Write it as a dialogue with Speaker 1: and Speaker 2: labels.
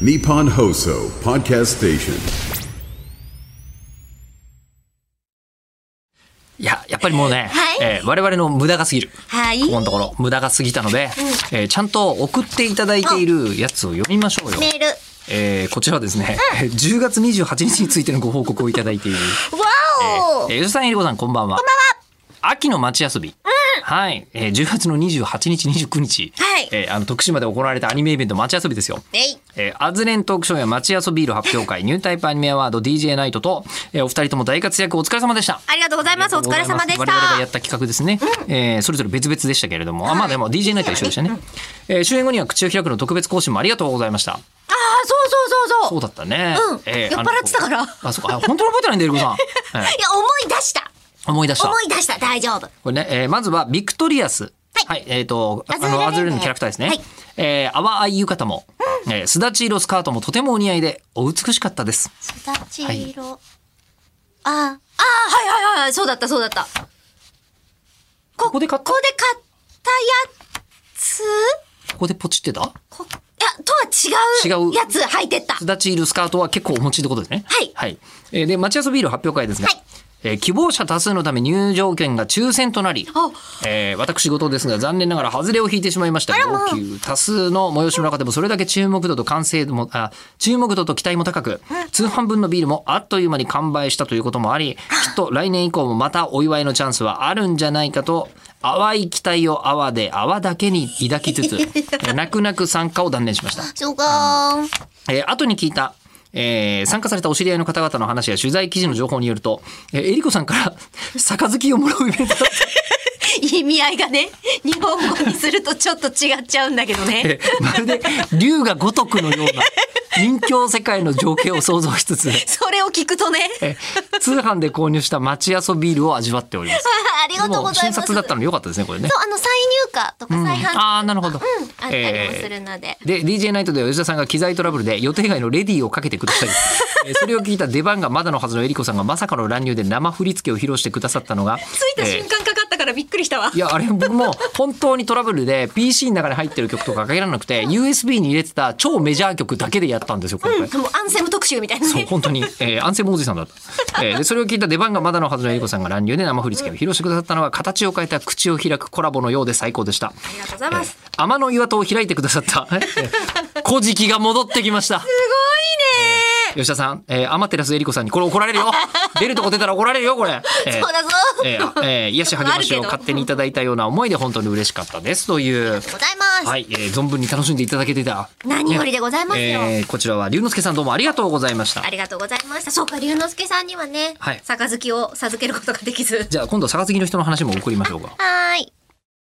Speaker 1: Nippon Hoso Podcast Station.
Speaker 2: いや、やっぱりもうね、
Speaker 3: はい
Speaker 2: えー我々の無駄が過ぎる。
Speaker 3: はい
Speaker 2: ここのところ、無駄が過ぎたので、えーちゃんと送っていただいているやつを読みましょうよ。
Speaker 3: メール。
Speaker 2: えーこちらはですね、10月28日についてのご報告をいただいている。
Speaker 3: わお、
Speaker 2: えー吉田さん、えりこさん、こんばんは。秋の街遊び。はい、えー10月の28日、29日、
Speaker 3: はい
Speaker 2: えーあの徳島で行われたアニメイベント街遊びですよ。
Speaker 3: えい。
Speaker 2: えーアズレントークショーや街遊びール発表会、ニュータイプアニメアワード DJ ナイトと、えーお二人とも大活躍お疲れ様でした。
Speaker 3: ありがとうございます。お疲れ様でした。
Speaker 2: 我々がやった企画ですね、えーそれぞれ別々でしたけれども、あまあでも DJ ナイトは一緒でしたね、えー終演後には口を開くの特別講師もありがとうございました
Speaker 3: ああ、そうそうそうそ。
Speaker 2: そううだったね、
Speaker 3: うん酔っ払ってたから
Speaker 2: あのあそうかあ本当に覚えてないんだよエリコさん、え
Speaker 3: いや、思い出した。
Speaker 2: ー思い出した
Speaker 3: 思い出した。大丈夫。
Speaker 2: これね、えーまずはビクトリアス。
Speaker 3: はい
Speaker 2: えっ、と、あ
Speaker 3: アズーレレ
Speaker 2: の、
Speaker 3: ンの
Speaker 2: アズーレレンのキャラクターですね。
Speaker 3: はい
Speaker 2: えー淡い浴衣も、えーすだち色スカートもとてもお似合いで、お美しかったです。
Speaker 3: すだち
Speaker 2: 色
Speaker 3: 色。ああ、ああ、はいはいはい。そうだった、そうだった。
Speaker 2: ここで買った
Speaker 3: ここで買ったやつ
Speaker 2: ここでポチってた
Speaker 3: こいや、とは違
Speaker 2: 違
Speaker 3: う
Speaker 2: う
Speaker 3: やつ履いてった
Speaker 2: す。だち色スカートは結構お持ちってことですね。
Speaker 3: はい
Speaker 2: えーで、町遊び色発表会ですが、
Speaker 3: はい
Speaker 2: えー希望者多数のため入場券が抽選となり、
Speaker 3: あ
Speaker 2: えー私事ですが残念ながら外れを引いてしまいました
Speaker 3: まあ
Speaker 2: 号泣多数の催しの中でもそれだけ注目度と完成度もあ注目度と期待も高く通販分のビールもあっという間に完売したということもありきっと来年以降もまたお祝いのチャンスはあるんじゃないかと淡い期待を泡で泡だけに抱き つつえー泣く泣く参加を断念しました
Speaker 3: そうかー。
Speaker 2: えー後に聞いた、えー参加されたお知り合いの方々の話や取材記事の情報によると、えー、えりこさんから 杯をもらうイベントだった
Speaker 3: 意味合いがね、日本語にするとちょっと違っちゃうんだけどね。
Speaker 2: まるで龍が如くのような人形世界の情景を想像しつつ、
Speaker 3: それを聞くとね。
Speaker 2: えー通販で購入した町遊びビールを味わっております。
Speaker 3: ありがとう
Speaker 2: も
Speaker 3: ご
Speaker 2: う
Speaker 3: ざい
Speaker 2: 診
Speaker 3: ます。
Speaker 2: 察だったの良かったですねこれね。
Speaker 3: そう、あの、再入荷とか再販、うん、
Speaker 2: ああーなるほど。
Speaker 3: あったりもするので。
Speaker 2: で DJ ナイトでは吉田さんが機材トラブルで予定外のレディーをかけてくだ さいえーそれを聞いた出番がまだのはずのえりこさんがまさかの乱入で生振り付けを披露してくださったのが
Speaker 3: 着いた瞬間かかったからびっくりしたわ。
Speaker 2: いやあれ僕も本当にトラブルで PC の中に入ってる曲とか限らなくて USB に入れてた超メジャー曲だけでやったんですよ今回。
Speaker 3: もうアンセム特集みたいな
Speaker 2: そう
Speaker 3: ね。
Speaker 2: 本当 に、えー、安静もおじさんだった、えーでそれを聞いた出番がまだのはずのえりこさんが乱入で生振り付けを披露してくださったのは形を変えた口を開くコラボのようで最高でした
Speaker 3: ありがとうございます。
Speaker 2: 天の岩戸を開いてくださ ったえー「古事記」が戻ってきましたすごいね吉田さん、えー、アマテラスえりこさんにこれ怒られる よ出るとこ出たら怒られるよこれ、えー
Speaker 3: そうだぞ。
Speaker 2: えーえー癒し励ましを勝手にいただいたような思いで本当に嬉しかったですという
Speaker 3: ございます、
Speaker 2: はい、えー存分に楽しんでいただけてた
Speaker 3: 何よりでございますよ。
Speaker 2: えーこちらは龍之介さんどうもありがとうございました
Speaker 3: ありがとうございました。そうか、龍之介さんにはね、
Speaker 2: はい
Speaker 3: 杯を授けることができず。
Speaker 2: じゃあ今度杯の人の話も送りましょうか。
Speaker 3: はーい。